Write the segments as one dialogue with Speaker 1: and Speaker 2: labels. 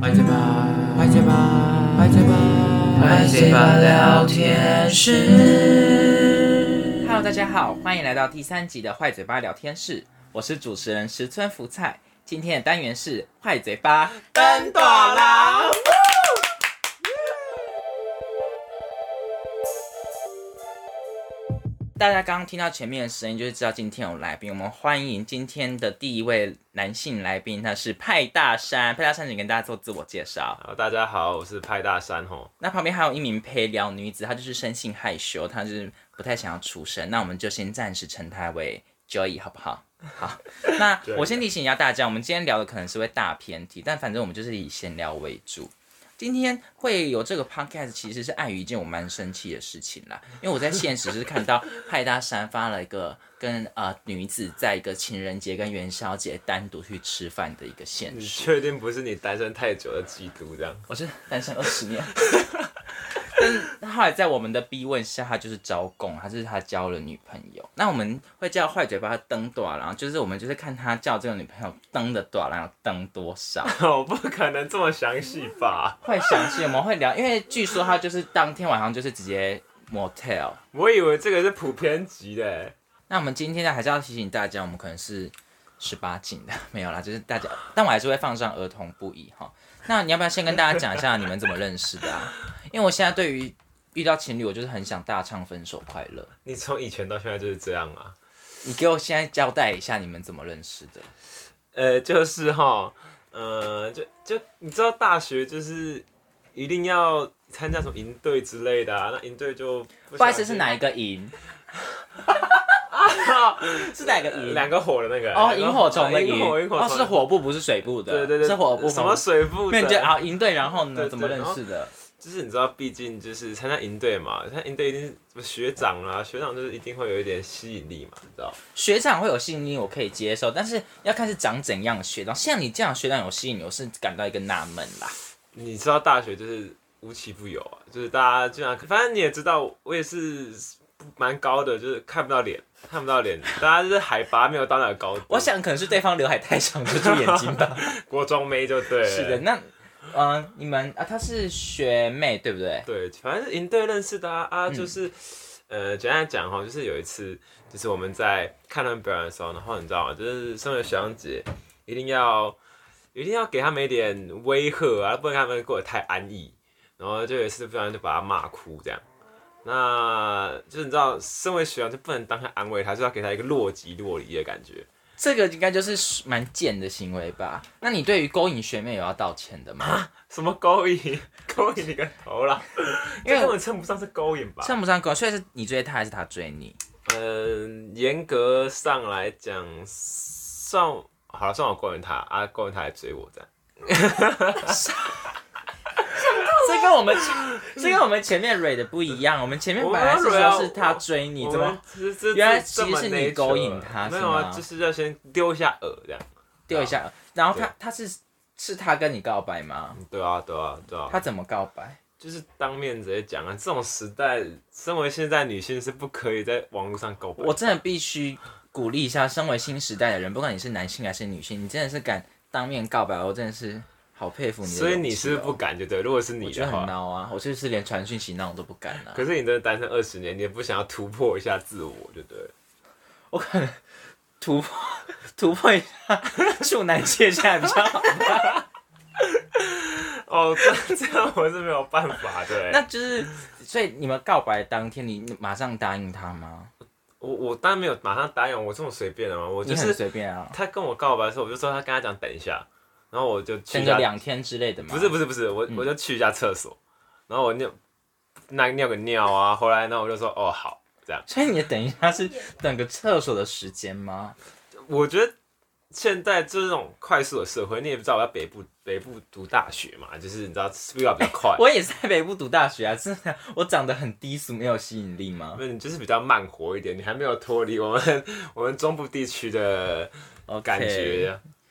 Speaker 1: 拍结吧，拍结吧，拍结吧，
Speaker 2: 拍结吧聊天室。
Speaker 1: Hello，大家好，欢迎来到第三集的坏嘴巴聊天室，我是主持人石村福菜。今天的单元是坏嘴巴登朵郎。大家刚刚听到前面的声音，就是知道今天有来宾。我们欢迎今天的第一位男性来宾，他是派大山。派大山，请跟大家做自我介绍。
Speaker 2: 好，大家好，我是派大山吼。
Speaker 1: 那旁边还有一名陪聊女子，她就是生性害羞，她就是不太想要出声。那我们就先暂时称她为 Joy，好不好？好，那
Speaker 2: Joy
Speaker 1: 我先提醒一下大家，我们今天聊的可能是会大偏题，但反正我们就是以闲聊为主。今天会有这个 podcast，其实是碍于一件我蛮生气的事情啦，因为我在现实是看到派大山发了一个跟呃女子在一个情人节跟元宵节单独去吃饭的一个现
Speaker 2: 你
Speaker 1: 实。
Speaker 2: 确定不是你单身太久的嫉妒这样？
Speaker 1: 我是单身二十年。 但是后来在我们的逼问下，他就是招供，他就是他交了女朋友。那我们会叫坏嘴巴登多少，然后就是我们就是看他叫这个女朋友登的多少，然后登多少。
Speaker 2: 我不可能这么详细吧？
Speaker 1: 会详细我们会聊，因为据说他就是当天晚上就是直接 motel。
Speaker 2: 我以为这个是普遍级的，
Speaker 1: 那我们今天呢，还是要提醒大家，我们可能是十八禁的， 没有啦，就是大家，但我还是会放上儿童不宜哈。那你要不要先跟大家讲一下你们怎么认识的啊？因为我现在对于遇到情侣，我就是很想大唱分手快乐。
Speaker 2: 你从以前到现在就是这样啊？
Speaker 1: 你给我现在交代一下你们怎么认识的？
Speaker 2: 呃，就是哈，呃，就就你知道大学就是一定要参加什么营队之类的啊？那营队就不
Speaker 1: 不好意思，
Speaker 2: 小心
Speaker 1: 是哪一个营？ 是哪个营？
Speaker 2: 两个火的那个
Speaker 1: 哦，
Speaker 2: 两个
Speaker 1: 萤火虫的
Speaker 2: 萤
Speaker 1: 营，
Speaker 2: 火萤火
Speaker 1: 哦，
Speaker 2: 虫
Speaker 1: 是火部，不是水部的，
Speaker 2: 对对对，
Speaker 1: 是火部。
Speaker 2: 什么？水部
Speaker 1: 那
Speaker 2: 的
Speaker 1: 你就好营队，然后呢？
Speaker 2: 对
Speaker 1: 怎么
Speaker 2: 对
Speaker 1: 认
Speaker 2: 然后
Speaker 1: 识的？
Speaker 2: 就是你知道，毕竟就是参加营队嘛，参加营队一定是学长啦、学长就是一定会有一点吸引力嘛，你知道？
Speaker 1: 学长会有吸引力，我可以接受，但是要看是长怎样的学长。像你这样的学长有吸引力，我是感到一个纳闷啦。
Speaker 2: 你知道大学就是无奇不有啊，就是大家经常，反正你也知道，我也是蛮高的，就是看不到脸，看不到脸，大家就是海拔没有到那个高度。
Speaker 1: 我想可能是对方刘海太 长遮住眼睛吧。
Speaker 2: 国中妹就对了，
Speaker 1: 是的，，那嗯、呃你们啊，她是学妹对不对？
Speaker 2: 对，反正是营队认识的啊，
Speaker 1: 嗯
Speaker 2: 啊就是。呃，简单讲哈，就是有一次，就是我们在看他们表演的时候，然后你知道吗？就是身为学长姐，一定要一定要给他们一点威吓啊，不能让他们过得太安逸。然后就有一次不小心就把他骂哭这样。那就是你知道，身为学长就不能当下安慰他，就要给他一个若即若离的感觉。
Speaker 1: 这个应该就是蛮贱的行为吧？那你对于勾引学妹有要道歉的吗？
Speaker 2: 什么勾引？ 勾引你个头啦！
Speaker 1: 因
Speaker 2: 这
Speaker 1: 为
Speaker 2: 根本称不上是勾引吧？
Speaker 1: 算不算勾？所以是你追她还是她追你？
Speaker 2: 嗯，严格上来讲，算好了，算我勾引他啊，勾引他来追我这样。
Speaker 1: 这跟我们这跟我们前面蕊的不一样。我们前面
Speaker 2: 我
Speaker 1: 本
Speaker 2: 们
Speaker 1: 来是
Speaker 2: 蕊啊
Speaker 1: 说是她追你，
Speaker 2: 我
Speaker 1: 怎
Speaker 2: 们
Speaker 1: 么
Speaker 2: 这这
Speaker 1: 原来
Speaker 2: 这
Speaker 1: 其实是
Speaker 2: 这么
Speaker 1: 你
Speaker 2: nature
Speaker 1: 勾引他
Speaker 2: 没
Speaker 1: 是
Speaker 2: 有啊，
Speaker 1: 吗
Speaker 2: 就是要先丢一下饵这样。
Speaker 1: 丢一下？然后她
Speaker 2: 对
Speaker 1: 她是是她跟你告白吗？
Speaker 2: 对啊，对啊，对啊，
Speaker 1: 她怎么告白？
Speaker 2: 就是当面直接讲啊。这种时代，身为现在女性是不可以在网络上告白。
Speaker 1: 我真的必须鼓励一下，身为新时代的人，不管你是男性还是女性，你真的是敢当面告白，我真的是好佩服你的勇气哦。
Speaker 2: 所以你是不敢就对，如果是
Speaker 1: 我
Speaker 2: 你
Speaker 1: 觉得
Speaker 2: 的
Speaker 1: 很
Speaker 2: 话，
Speaker 1: 孬啊，我就是连传讯息那种都不敢啊。
Speaker 2: 可是你真的单身二十年，你也不想要突破一下自我，对不对？
Speaker 1: 我可能突破突破一下处男界限还比较 好。
Speaker 2: 哦，这 这样我是没有办法的欸。
Speaker 1: 那就是，所以你们告白当天，你马上答应他吗？
Speaker 2: 我我当然没有马上答应，我这么随便的嘛，我就
Speaker 1: 你很
Speaker 2: 是
Speaker 1: 随便啊，
Speaker 2: 他跟我告白的时候，我就说他跟他讲等一下，然后我就去
Speaker 1: 等
Speaker 2: 一
Speaker 1: 个
Speaker 2: 下，
Speaker 1: 两嗯天之类的吗？
Speaker 2: 不是不是不是，我、我就去一下厕所，然后我尿那尿个尿啊，后来呢我就说哦好这样，
Speaker 1: 所以你的等一下是等个厕所的时间吗？
Speaker 2: 我觉得现在这种快速的社会，你也不知道我在北部北部读大学嘛，就是你知道速度要比较快，
Speaker 1: 我也是在北部读大学啊，真的，我长得很低俗，没有吸引力吗
Speaker 2: 不是你就是比较慢活一点，你还没有脱离我们我们中部地区的
Speaker 1: ？OK
Speaker 2: 哦感觉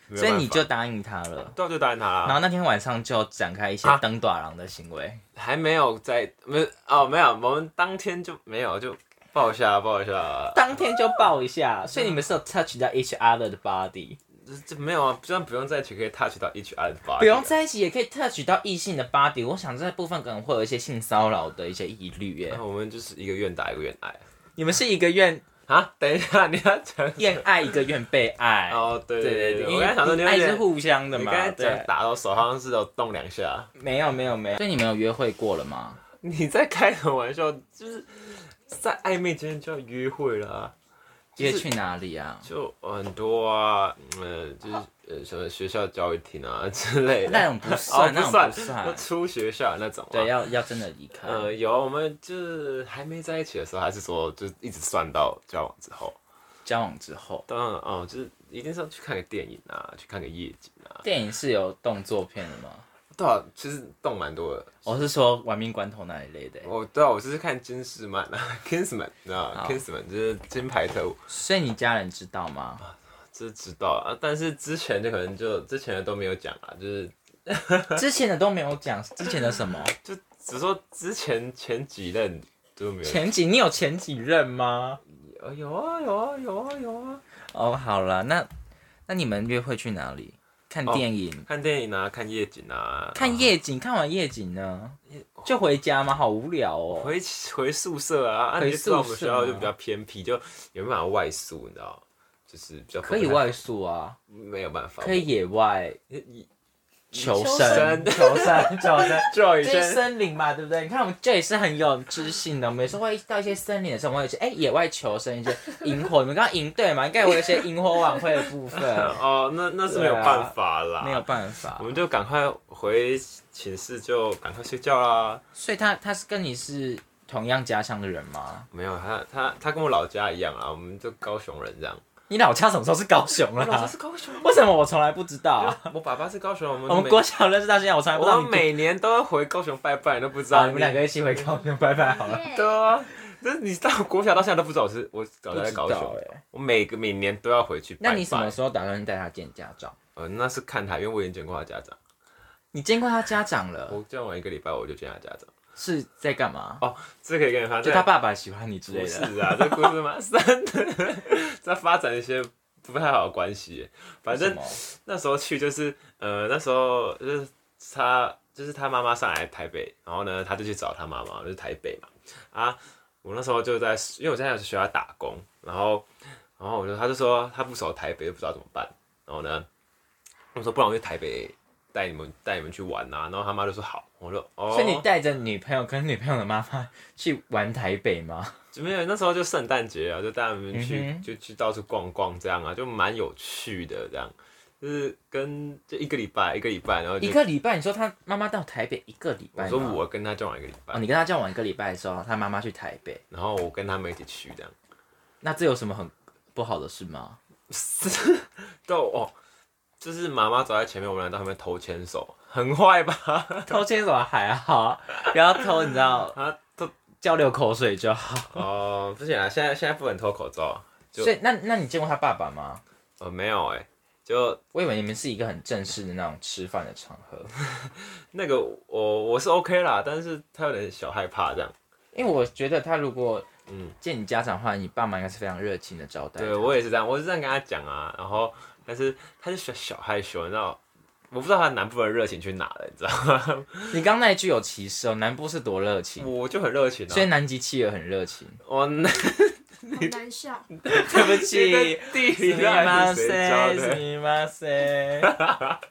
Speaker 2: 没有
Speaker 1: 所以
Speaker 2: 办
Speaker 1: 你
Speaker 2: 法
Speaker 1: 就答应他了。
Speaker 2: 对啊就答应他啦
Speaker 1: 然。后那天晚上就展开一些
Speaker 2: 啊
Speaker 1: 登短郎的行为，
Speaker 2: 还没有在，没有哦，没有，我们当天就没有就抱一下，抱一下，
Speaker 1: 啊当天就抱一下，所以你们是有 touch 到 each other 的 body，
Speaker 2: 这这没有啊，这样不用在一起可以 touch 到 each other 的 body 啊
Speaker 1: 不用在一起也可以 touch 到异性的 body。我想这部分可能会有一些性骚扰的一些疑虑耶
Speaker 2: 然。后我们就是一个愿打一个愿挨
Speaker 1: 你们是一个愿
Speaker 2: 啊。等一下，你要 讲
Speaker 1: 愿爱，一个愿被爱。
Speaker 2: 哦，对
Speaker 1: 哎对
Speaker 2: 对
Speaker 1: 对，
Speaker 2: 对，
Speaker 1: 因
Speaker 2: 我
Speaker 1: 为
Speaker 2: 刚才想说你有
Speaker 1: 爱
Speaker 2: 点
Speaker 1: 是互相的
Speaker 2: 你
Speaker 1: 嘛
Speaker 2: 刚才。
Speaker 1: 对啊
Speaker 2: 讲，打到手好像是有动两下，
Speaker 1: 没有没有没有。所以你们有约会过了吗？
Speaker 2: 你在开什么玩笑？就是在暧昧之间就要约会了、啊，就
Speaker 1: 约
Speaker 2: 是
Speaker 1: 去哪里啊？
Speaker 2: 就很多啊，呃，就是呃什么学校教育厅啊之类的，
Speaker 1: 那种不
Speaker 2: 哦
Speaker 1: 算，那种
Speaker 2: 不算，
Speaker 1: 不算
Speaker 2: 就。出学校那种、啊。
Speaker 1: 对，要要真的离开。
Speaker 2: 呃，有啊我们就是还没在一起的时候，还是说就一直算到交往之后，
Speaker 1: 交往之后，
Speaker 2: 当然哦、就是一定是要去看个电影啊，去看个夜景啊，
Speaker 1: 电影是有动作片的吗？
Speaker 2: 对啊，其实动蛮多的。
Speaker 1: 我是说《玩命关头》那一类的。
Speaker 2: 我对啊，我就是看《金士曼》啊， 《Kingsman》你知道吗
Speaker 1: 好
Speaker 2: ？Kingsman》就是金牌特务，
Speaker 1: 所以你家人知道吗？
Speaker 2: 这知道啊。但是之前就可能就之前的都没有讲啊，就是
Speaker 1: 之前的都没有讲，之前的什么？
Speaker 2: 就只说之前前几任都没有。
Speaker 1: 前几你有前几任吗？
Speaker 2: 呃有啊有啊有啊有啊，
Speaker 1: 哦，好了，那那你们约会去哪里？看
Speaker 2: 哦
Speaker 1: 电影、
Speaker 2: 看电影啊，看夜景啊，
Speaker 1: 看夜景，看完夜景呢
Speaker 2: 夜
Speaker 1: 就回家吗？好无聊哦。
Speaker 2: 回回宿舍啊，啊，你就知道我们学校
Speaker 1: 回宿舍吗啊
Speaker 2: 就比较偏僻，就也没办法外宿，你知道，就是比较
Speaker 1: 可以外宿啊，
Speaker 2: 没有办法，
Speaker 1: 可以野外
Speaker 2: 以
Speaker 1: 求
Speaker 2: 呃求
Speaker 1: 生、
Speaker 2: 生
Speaker 1: 求生、求生。
Speaker 2: 叫一
Speaker 1: 这些
Speaker 2: 声
Speaker 1: 森林嘛，对不对？你看我们这也是很有知性的，我们有时候会到一些森林的时候，我们会去哎野外求生一些萤火，你们刚刚营队嘛，应该有一些萤火晚会的部分，
Speaker 2: 哦，那那是没有办法啦，
Speaker 1: 啊没有，办法
Speaker 2: 我。们就赶快回寝室，就赶快睡觉啦。
Speaker 1: 所以他他是跟你是同样家乡的人吗？
Speaker 2: 没有，他他他跟我老家一样啊，我们就高雄人这样。
Speaker 1: 你老家什么时候是高雄
Speaker 2: 我老家
Speaker 1: 啦？
Speaker 2: 是高雄人，
Speaker 1: 为什么我从来不知道 啊、
Speaker 2: 我爸爸是高雄人，我们
Speaker 1: 我们
Speaker 2: 每
Speaker 1: 国小认识到现在，我从来不知
Speaker 2: 我
Speaker 1: 道
Speaker 2: 们
Speaker 1: 你。啊
Speaker 2: 每年都要回高雄拜拜，你都不知道
Speaker 1: 好，你们两个一起回高 雄，拜拜好了。
Speaker 2: 对啊，就是你到国小到现在都不知道我是我老家在高
Speaker 1: 不知道
Speaker 2: 雄，
Speaker 1: 欸
Speaker 2: 我每个每年都要回去拜拜。
Speaker 1: 那你什么时候打算带他见家长？
Speaker 2: 呃，那是看他，因为我已经见过他家长，
Speaker 1: 你见过他家长了，
Speaker 2: 我见完一个礼拜我就见他家长。
Speaker 1: 是在干嘛？
Speaker 2: 哦，这可以跟你发
Speaker 1: 就
Speaker 2: 这
Speaker 1: 他爸爸喜欢你之类
Speaker 2: 不
Speaker 1: 的
Speaker 2: 是。啊，这故事蛮深的， 在发展一些不太好的关系。反
Speaker 1: 什
Speaker 2: 正
Speaker 1: 么
Speaker 2: 那时候去就是，呃，那时候就是他就是他妈妈上来台北，然后呢，他就去找他妈妈，就是台北嘛。啊，我那时候就在，因为我在那学校打工，然后然后我就他就说他不熟台北，不知道怎么办。然后呢，我说不然我去台北带你们带你们去玩啊。然后他妈就说好，我说哦，
Speaker 1: 所以你带着女朋友跟女朋友的妈妈去玩台北吗？
Speaker 2: 没有，那时候就圣诞节啊，就带他们去，
Speaker 1: 嗯哼
Speaker 2: 就去到处逛逛，这样啊，就蛮有趣的，这样，就是跟就一个礼拜，一个礼拜，然后就
Speaker 1: 一个礼拜，你说他妈妈到台北一个礼拜
Speaker 2: 我
Speaker 1: 吗，
Speaker 2: 说我跟他交往一个礼拜，
Speaker 1: 哦，你跟他交往一个礼拜的时候，他妈妈去台北，
Speaker 2: 然后我跟他们一起去，这样，
Speaker 1: 那这有什么很不好的事 吗？
Speaker 2: 都哦，就是妈妈走在前面，我们俩在后面偷牵手，很坏吧？
Speaker 1: 偷牵手还好，不要偷，你知道，
Speaker 2: 啊，偷
Speaker 1: 交流口水就好。
Speaker 2: 哦，不行啊，现在现在不能脱口罩，就
Speaker 1: 所以，那那你见过他爸爸吗？
Speaker 2: 呃，没有哎、就
Speaker 1: 我以为你们是一个很正式的那种吃饭的场 合，
Speaker 2: 那个我我是 OK 啦，但是他有点小害怕这样，
Speaker 1: 因为我觉得他如果
Speaker 2: 嗯。
Speaker 1: 见你家长的话，你爸妈应该是非常热情的招待他。
Speaker 2: 对我也是这样，我是这样跟他讲啊，然后但是他就小小害羞，你知道，我不知道他南部的热情去哪了，你知 道吗？
Speaker 1: 你刚刚那一句有歧视哦，南部是多热情，
Speaker 2: 我就很热情啊
Speaker 1: 所以，南极企鹅很热 情。
Speaker 2: 我那
Speaker 3: 好难笑，
Speaker 1: 对不
Speaker 2: 地
Speaker 1: 起，
Speaker 2: 理到底是谁教
Speaker 1: す
Speaker 2: 的？
Speaker 1: みま せん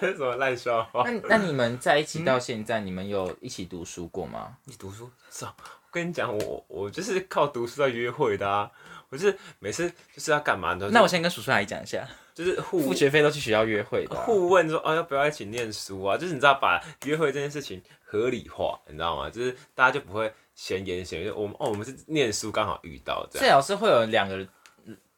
Speaker 2: 什么烂笑话？
Speaker 1: 那那你们在一起到现在，你们有一起读书过吗？
Speaker 2: 你读书是啊，我跟你讲，我我就是靠读书在约会的啊，我就是每次就是要干嘛呢？
Speaker 1: 那我先跟叔叔阿姨讲一下，
Speaker 2: 就是嗯互
Speaker 1: 付学费都去学校约会的啊、
Speaker 2: 互问说，哦，要不要一起念书啊？就是你知道，把约会这件事情合理化，你知道吗？就是大家就不会闲言闲语，就我们哦，我们是念书刚好遇到这
Speaker 1: 最
Speaker 2: 样，
Speaker 1: 好是会有两个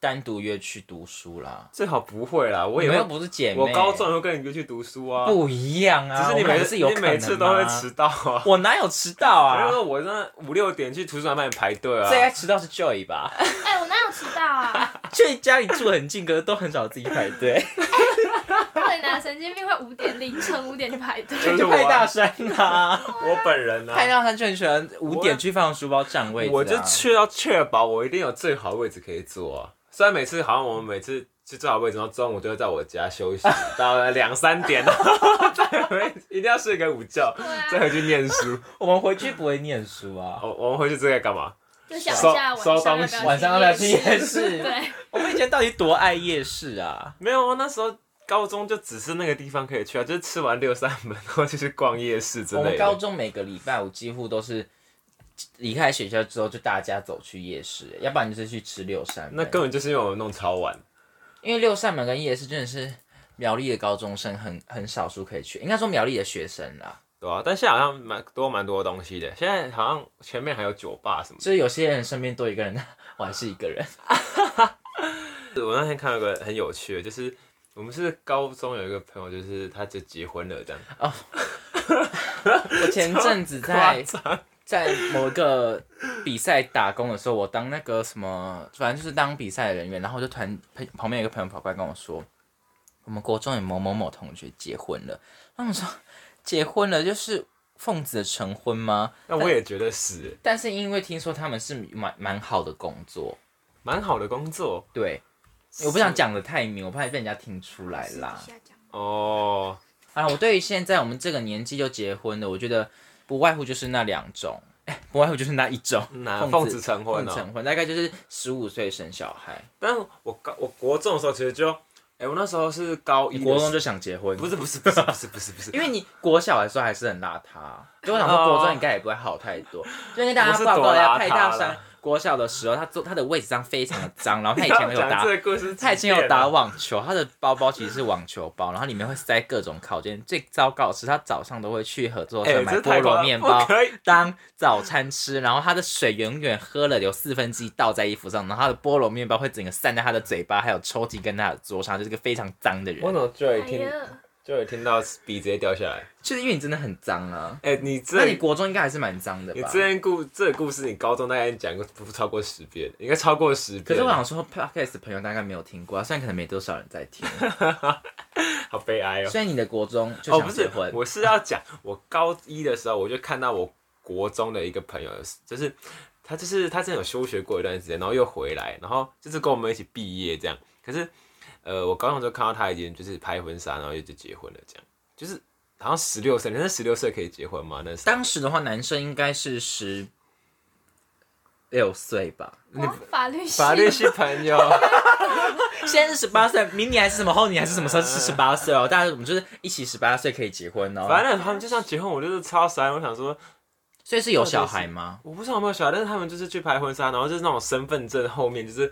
Speaker 1: 单独约去读书啦。
Speaker 2: 最好不会啦。我
Speaker 1: 我
Speaker 2: 也
Speaker 1: 们又
Speaker 2: 会，
Speaker 1: 不是姐妹，
Speaker 2: 我高中也会跟你约去读书啊，
Speaker 1: 不一样啊。
Speaker 2: 只是你
Speaker 1: 我们
Speaker 2: 每
Speaker 1: 两个
Speaker 2: 次
Speaker 1: 是有
Speaker 2: 你
Speaker 1: 可能
Speaker 2: 每次都会
Speaker 1: 吗
Speaker 2: 迟，到啊。
Speaker 1: 我哪有迟到
Speaker 2: 比如
Speaker 1: 啊？
Speaker 2: 说我真的五六点去图书馆帮你排队
Speaker 1: 最爱
Speaker 2: 啊，
Speaker 1: 迟到是 Joy 吧？
Speaker 3: 哎、我哪有迟到啊？
Speaker 1: Joy 家里住很近，可是都很少自己排队，
Speaker 3: 到底哪个神经病会五点凌晨五点去排队？
Speaker 2: 就是
Speaker 1: 就
Speaker 2: 我啊
Speaker 1: 派大山啊。
Speaker 2: 我本人呢、
Speaker 1: 派
Speaker 2: 啊，
Speaker 1: 到山就很喜欢五点去放书包占位置、啊，
Speaker 2: 我就确要确保我一定有最好的位置可以坐啊。虽然每次好像我们每次去最好位置，然后中午就会在我家休息 到了两三点，然后 再回，一定要睡个午觉，
Speaker 3: 对啊，
Speaker 2: 再回去念书。
Speaker 1: 我们回去不会念书啊，
Speaker 2: 我我们回去这个干嘛？
Speaker 3: 就想一下晚上
Speaker 2: 收
Speaker 3: 要
Speaker 2: 收东
Speaker 3: 不要
Speaker 2: 西
Speaker 3: 去
Speaker 1: 晚上要不要去夜
Speaker 3: 市？
Speaker 1: 市？
Speaker 3: 对，
Speaker 1: 我们以前到底多爱夜市啊？
Speaker 2: 没有啊，那时候高中就只是那个地方可以去啊，就是吃完六扇门，然后就去逛夜市之
Speaker 1: 我们
Speaker 2: 类
Speaker 1: 高
Speaker 2: 的。
Speaker 1: 中每个礼拜五几乎都是离开学校之后就大家走去夜市，要不然就是去吃六扇门。
Speaker 2: 那根本就是因为我们弄超晚，
Speaker 1: 因为六扇门跟夜市真的是苗栗的高中生很很少数可以去，应该说苗栗的学生啦，
Speaker 2: 对吧、啊？但现在好像蛮多蛮多东西的，现在好像前面还有酒吧什么的。
Speaker 1: 就是有些人身边多一个人， 我还是一个人。
Speaker 2: 我那天看到一个很有趣的，就是我们是高中有一个朋友，就是他就结婚了这样，
Speaker 1: 我 前阵子在在某一个比赛打工的时候，我当那个什么，反正就是当比赛的人员，然后我就突然朋旁边有一个朋友跑过来跟我说，我们国中有某某某同学结婚了。他们说结婚了就是奉子的成婚吗？
Speaker 2: 那我也觉得是
Speaker 1: 但是因为听说他们是蛮蛮好的工作，
Speaker 2: 蛮好的工作
Speaker 1: 对，我不想讲的太明，我怕被人家听出来啦。
Speaker 2: 哦。
Speaker 1: 啊，我对于现在我们这个年纪就结婚的，我觉得不外乎就是那两种，哎，不外乎就是那一 种，
Speaker 2: 那
Speaker 1: 奉
Speaker 2: 奉子成婚
Speaker 1: 奉
Speaker 2: 哦、
Speaker 1: 子成婚，大概就是十五岁生小孩，
Speaker 2: 但是我高我国中的时候其实就，哎、我那时候是高一的时候，
Speaker 1: 国中就想结婚，
Speaker 2: 不是不是不是不是不是不 是，
Speaker 1: 因为你国小的时候还是很邋遢，就我想说国中应该也不会好太多，就跟大家报告一下，
Speaker 2: 哦我
Speaker 1: 派
Speaker 2: 是多邋遢啦
Speaker 1: 大山国小的时候，他坐他的位置上非常的脏，然后他以前有打
Speaker 2: 讲这个故事，
Speaker 1: 他以前有打，网球，他的包包其实是网球包，然后里面会塞各种烤煎。最糟糕的是，他早上都会去合作
Speaker 2: 哎、
Speaker 1: 社
Speaker 2: 欸，
Speaker 1: 买
Speaker 2: 这
Speaker 1: 菠
Speaker 2: 太夸
Speaker 1: 萝
Speaker 2: 张
Speaker 1: 面
Speaker 2: 不
Speaker 1: 包
Speaker 2: 可以，
Speaker 1: 当早餐吃，然后他的水永远喝了有四分之一倒在衣服上，然后他的菠萝面包会整个散在他的嘴巴，还有抽屉跟他的桌上，就是个非常脏的人。
Speaker 2: 我怎么就有
Speaker 3: 哎
Speaker 2: 听
Speaker 3: 呀，
Speaker 2: 就有听到笔直接掉下来？
Speaker 1: 就是因为你真的很脏啊。
Speaker 2: 哎、你这
Speaker 1: 那你国中应该还是蛮脏的
Speaker 2: 你
Speaker 1: 吧
Speaker 2: 之？前故这个故事，你高中大概讲过不超过十遍，应该超过十遍。
Speaker 1: 可是我想说，podcast 的朋友大概没有听过啊，虽然可能没多少人在 听。
Speaker 2: 好悲哀哦。
Speaker 1: 所以你的国中就
Speaker 2: 哦，
Speaker 1: 想
Speaker 2: 不
Speaker 1: 结
Speaker 2: 是
Speaker 1: 婚，，
Speaker 2: 我是要讲，我高一的时候我就看到我国中的一个朋友，就是他就是他真的有休学过一段时间，然后又回来，然后就是跟我们一起毕业这样。可是呃，我高中就看到他已经就是拍婚纱，然后就就结婚了这样，就是好像十六岁，那十六岁可以结婚吗？那是
Speaker 1: 当时的话，男生应该是十六岁吧。
Speaker 3: 哇法律系
Speaker 2: 法律系朋 友，
Speaker 1: 现在是十八岁，明年还是什么，后年还是什么时候是十八岁哦？ 大家我们就是一起十八岁可以结婚哦。
Speaker 2: 反正他们就像结婚，我就是超傻眼，我想说。
Speaker 1: 所以是有小孩吗？
Speaker 2: 我不知道有没有小孩，但是他们就是去拍婚纱，然后就是那种身份证后面就是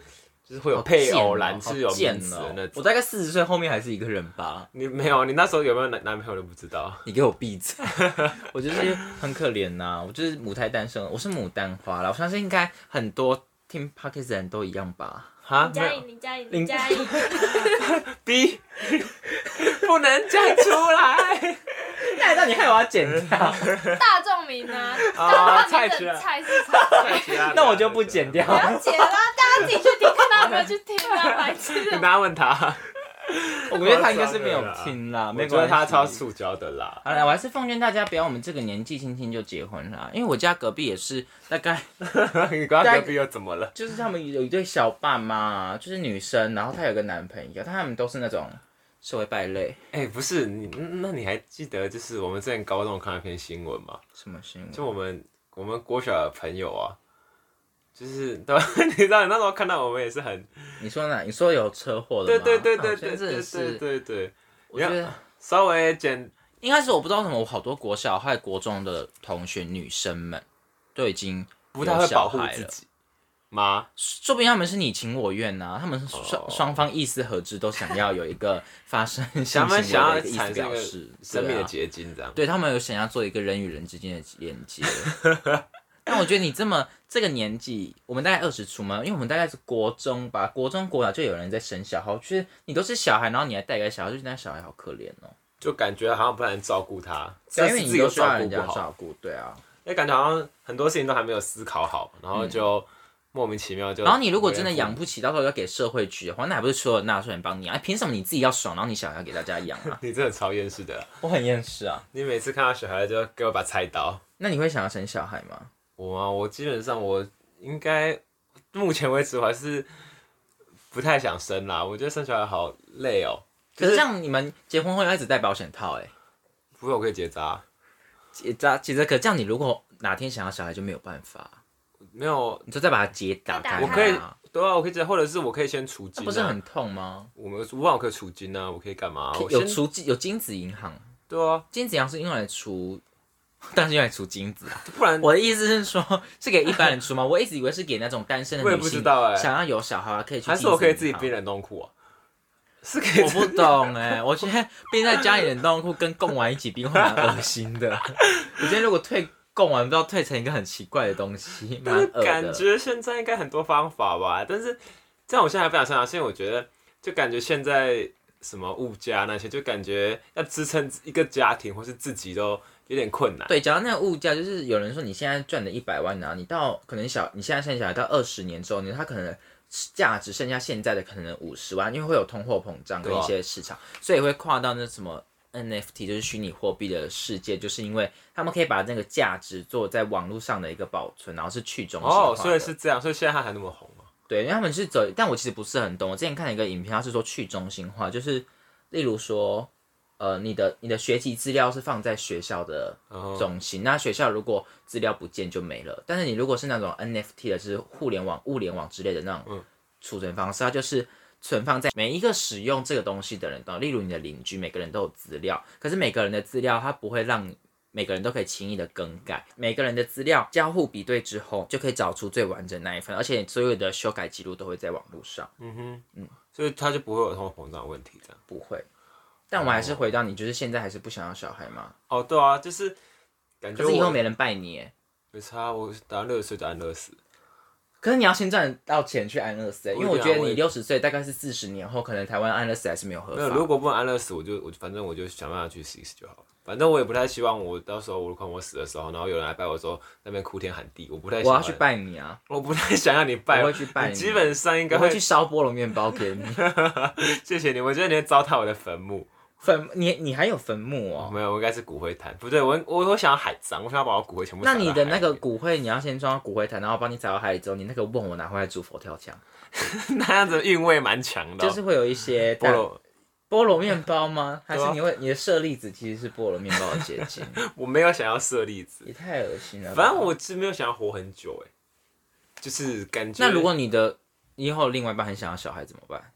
Speaker 2: 就是会有
Speaker 1: 好
Speaker 2: 配
Speaker 1: 贱哦
Speaker 2: 偶栏，就是有
Speaker 1: 好
Speaker 2: 名
Speaker 1: 贱
Speaker 2: 字的
Speaker 1: 哦
Speaker 2: 那
Speaker 1: 我
Speaker 2: 种。
Speaker 1: 大概四十岁后面还是一个人吧。
Speaker 2: 你没有，你那时候有没有男男朋友都不知道。
Speaker 1: 你给我闭嘴！ 我就是很可怜呐、我就是母胎单身，我是牡丹花啦。我相信应该很多听 p o c k e t 的人都一样吧。
Speaker 2: 哈，
Speaker 3: 林
Speaker 2: 啊没
Speaker 3: 嘉
Speaker 2: 有
Speaker 3: 颖，林嘉颖，
Speaker 1: 林
Speaker 3: 林嘉颖，
Speaker 2: B，不能讲出来
Speaker 1: 那让你害我要剪 掉，
Speaker 3: 大众名啊，
Speaker 2: 啊！
Speaker 3: 大
Speaker 2: 蔡
Speaker 3: 众
Speaker 2: 徐
Speaker 3: 名
Speaker 2: 啊
Speaker 3: 很菜市场，
Speaker 2: 蔡徐啊
Speaker 1: 那我就不剪掉
Speaker 3: 不要 剪啦，大家自己去听，看到有没有去听啊， 白痴
Speaker 2: 你
Speaker 3: 的。
Speaker 2: 大家问他，
Speaker 1: 我觉得他应该是没有听啦，没
Speaker 2: 我觉
Speaker 1: 关
Speaker 2: 得
Speaker 1: 系。
Speaker 2: 他超塑胶的啦。
Speaker 1: 好了，我还是奉劝大家不要我们这个年纪轻轻就结婚啦，因为我家隔壁也是大概
Speaker 2: 你刚刚隔壁又怎么了？
Speaker 1: 就是他们有一对小爸妈，就是女生，然后她有个男朋友，他们都是那种社会败类，
Speaker 2: 哎、不是你，嗯那你还记得就是我们之前高中看了一篇新闻吗？
Speaker 1: 什么新闻？
Speaker 2: 就我们我们国小的朋友啊，就是对吧？你知道你那时候看到我们也是很
Speaker 1: 你说哪？你说有车祸的
Speaker 2: 对
Speaker 1: 吗？
Speaker 2: 对对
Speaker 1: 啊
Speaker 2: 对
Speaker 1: 我觉
Speaker 2: 对
Speaker 1: 得真
Speaker 2: 对
Speaker 1: 的
Speaker 2: 对
Speaker 1: 是，
Speaker 2: 对对，
Speaker 1: 我觉
Speaker 2: 你
Speaker 1: 得
Speaker 2: 稍微简
Speaker 1: 应该是我不知道为什么，我好多国小还有国中的同学女生们都已经
Speaker 2: 不太
Speaker 1: 有
Speaker 2: 会
Speaker 1: 小
Speaker 2: 保护
Speaker 1: 孩
Speaker 2: 自
Speaker 1: 了，
Speaker 2: 己吗？
Speaker 1: 说不定他们是你情我愿啊呐、他们双双方意思合之，都想要有一个发生性行
Speaker 2: 他们
Speaker 1: 为的
Speaker 2: 想要
Speaker 1: 一个意
Speaker 2: 产
Speaker 1: 思
Speaker 2: 生一
Speaker 1: 表
Speaker 2: 个
Speaker 1: 示，
Speaker 2: 生命
Speaker 1: 对
Speaker 2: 的
Speaker 1: 啊
Speaker 2: 结晶这样。
Speaker 1: 对他们有想要做一个人与人之间的连 接。但我觉得你这么这个年纪，我们大概二十出嘛，因为我们大概是国中吧，国中国小就有人在生小孩，我觉得你都是小孩，然后你还带个小孩，就觉得那小孩好可怜哦。
Speaker 2: 就感觉好像不能照顾他，
Speaker 1: 对
Speaker 2: 但
Speaker 1: 因
Speaker 2: 是
Speaker 1: 为
Speaker 2: 自
Speaker 1: 你
Speaker 2: 己
Speaker 1: 都
Speaker 2: 又
Speaker 1: 需要
Speaker 2: 照顾
Speaker 1: 人
Speaker 2: 不
Speaker 1: 家
Speaker 2: 好，
Speaker 1: 照顾，对啊。
Speaker 2: 因为感觉好像很多事情都还没有思考好，然后就莫名其妙就。
Speaker 1: 然后你如果真的养，不起，到时候要给社会局的话，那还不是所有纳税人帮你啊？哎凭什么你自己要爽，然后你小孩要给大家养
Speaker 2: ？
Speaker 1: 啊
Speaker 2: 你真的超厌世的。
Speaker 1: 我很厌世啊。
Speaker 2: 你每次看到小孩就给我把菜刀。
Speaker 1: 那你会想要生小孩吗？
Speaker 2: 我啊，我基本上我应该目前为止我还是不太想生啦。我觉得生小孩好累哦、
Speaker 1: 可是这样你们结婚后要一直戴保险套、欸，哎，
Speaker 2: 不过我可以结扎，
Speaker 1: 结扎结扎，可这样你如果哪天想要小孩就没有办法，
Speaker 2: 没有，
Speaker 1: 你就再把它结打
Speaker 3: 再
Speaker 1: 开，
Speaker 3: 打开
Speaker 2: 我可以对啊，我可以结，或者是我可以先除
Speaker 1: 那
Speaker 2: 精、啊，
Speaker 1: 不是很痛吗？
Speaker 2: 我们无法可以除精啊，我可以干嘛、我
Speaker 1: 有
Speaker 2: 先
Speaker 1: 除有精子银行，
Speaker 2: 对啊，
Speaker 1: 精子银行是用来除， 但是用来除精子啊。
Speaker 2: 不然
Speaker 1: 我的意思是说，是给一般人出吗？我一直以为是给那种单身的
Speaker 2: 我
Speaker 1: 女
Speaker 2: 也
Speaker 1: 性，
Speaker 2: 不知道欸
Speaker 1: 想要有小孩啊可以去。
Speaker 2: 还是我可以自己冰。冷冻库啊，是可以
Speaker 1: 我
Speaker 2: 自己
Speaker 1: 不懂哎、我觉得冰在家里冷冻库跟贡丸一起冰会蛮恶心的。 我今天如果退贡丸，不知道退成一个很奇怪的东西，蛮
Speaker 2: 但是
Speaker 1: 恶的。
Speaker 2: 感觉现在应该很多方法吧，但是这样我现在还不想生啊，是因为我觉得就感觉现在什么物价那些，就感觉要支撑一个家庭或是自己都有点困难。
Speaker 1: 对，讲到那个物价，就是有人说你现在赚的一百万啊，你到可能小，你现在生小孩到二十年之后，你他可能价值剩下现在的可能五十万，因为会有通货膨胀跟
Speaker 2: 对啊
Speaker 1: 一些市场，所以会跨到那什么 NFT，就是虚拟货币的世界，就是因为他们可以把那个价值做在网络上的一个保存，然后是去中心化
Speaker 2: 哦，
Speaker 1: 的
Speaker 2: 所以是这样，所以现在他还那么红啊。
Speaker 1: 对，因为他们是走，但我其实不是很懂。我之前看了一个影片，他是说去中心化，就是例如说，呃，你的你的学籍资料是放在学校的
Speaker 2: 哦
Speaker 1: 中心，那学校如果资料不见就没了。但是你如果是那种 NFT 的，就是互联网、物联网之类的那种储存方式，它就是存放在每一个使用这个东西的人都，例如你的邻居，每个人都有资料，可是每个人的资料它不会让每个人都可以轻易的更改，每个人的资料交互比对之后，就可以找出最完整那一份，而且所有的修改记录都会在网络上，
Speaker 2: 嗯哼，嗯，所以他就不会有通货膨胀的问题这样。
Speaker 1: 不会。但我们还是回到你，就是现在还是不想要小孩吗？
Speaker 2: 哦，对啊，就是感觉
Speaker 1: 可是以后
Speaker 2: 我
Speaker 1: 没人拜你耶，
Speaker 2: 没差，我打算热死就打算热死。
Speaker 1: 可是你要先赚到钱去安乐死耶，欸因为
Speaker 2: 不
Speaker 1: 我
Speaker 2: 一定
Speaker 1: 觉
Speaker 2: 啊
Speaker 1: 得
Speaker 2: 我
Speaker 1: 你
Speaker 2: 也
Speaker 1: 六十岁，大概是四十年后，可能台湾安乐死还是没有合
Speaker 2: 没有，
Speaker 1: 法。
Speaker 2: 如果不能安乐死，我就我就反正我就想办法去死一死就好了。反正我也不太希望我到时候我如果我死的时候，然后有人来拜我说那边哭天喊地，我不太喜
Speaker 1: 我
Speaker 2: 欢
Speaker 1: 要去拜你啊，
Speaker 2: 我不太想让你拜，
Speaker 1: 我会去拜
Speaker 2: 你
Speaker 1: 你
Speaker 2: 基本上应该
Speaker 1: 我会去烧菠萝面包 给你。
Speaker 2: 谢谢你，我觉得你会糟蹋我的坟墓。
Speaker 1: 坟，你你还有坟墓哦？
Speaker 2: 没有，我应该是骨灰坛，不对，我我我想要海葬，我想要把我骨灰全部撒
Speaker 1: 那
Speaker 2: 到海里。
Speaker 1: 你的那个骨灰，你要先装到骨灰坛，然后帮你撒到海里之后，你那个瓮我拿回来煮佛跳墙，
Speaker 2: 那样子韵味蛮强的哦、
Speaker 1: 就是会有一些
Speaker 2: 菠
Speaker 1: 蛋
Speaker 2: 萝，
Speaker 1: 菠萝面包吗？还
Speaker 2: 啊
Speaker 1: 是你会你的舍利子其实是菠萝面包的结 晶？
Speaker 2: 我没有想要舍例子，
Speaker 1: 也太恶心了吧。
Speaker 2: 反正我是没有想要活很久，哎，就是感觉。
Speaker 1: 那如果你的以后另外一半很想要小孩怎么办？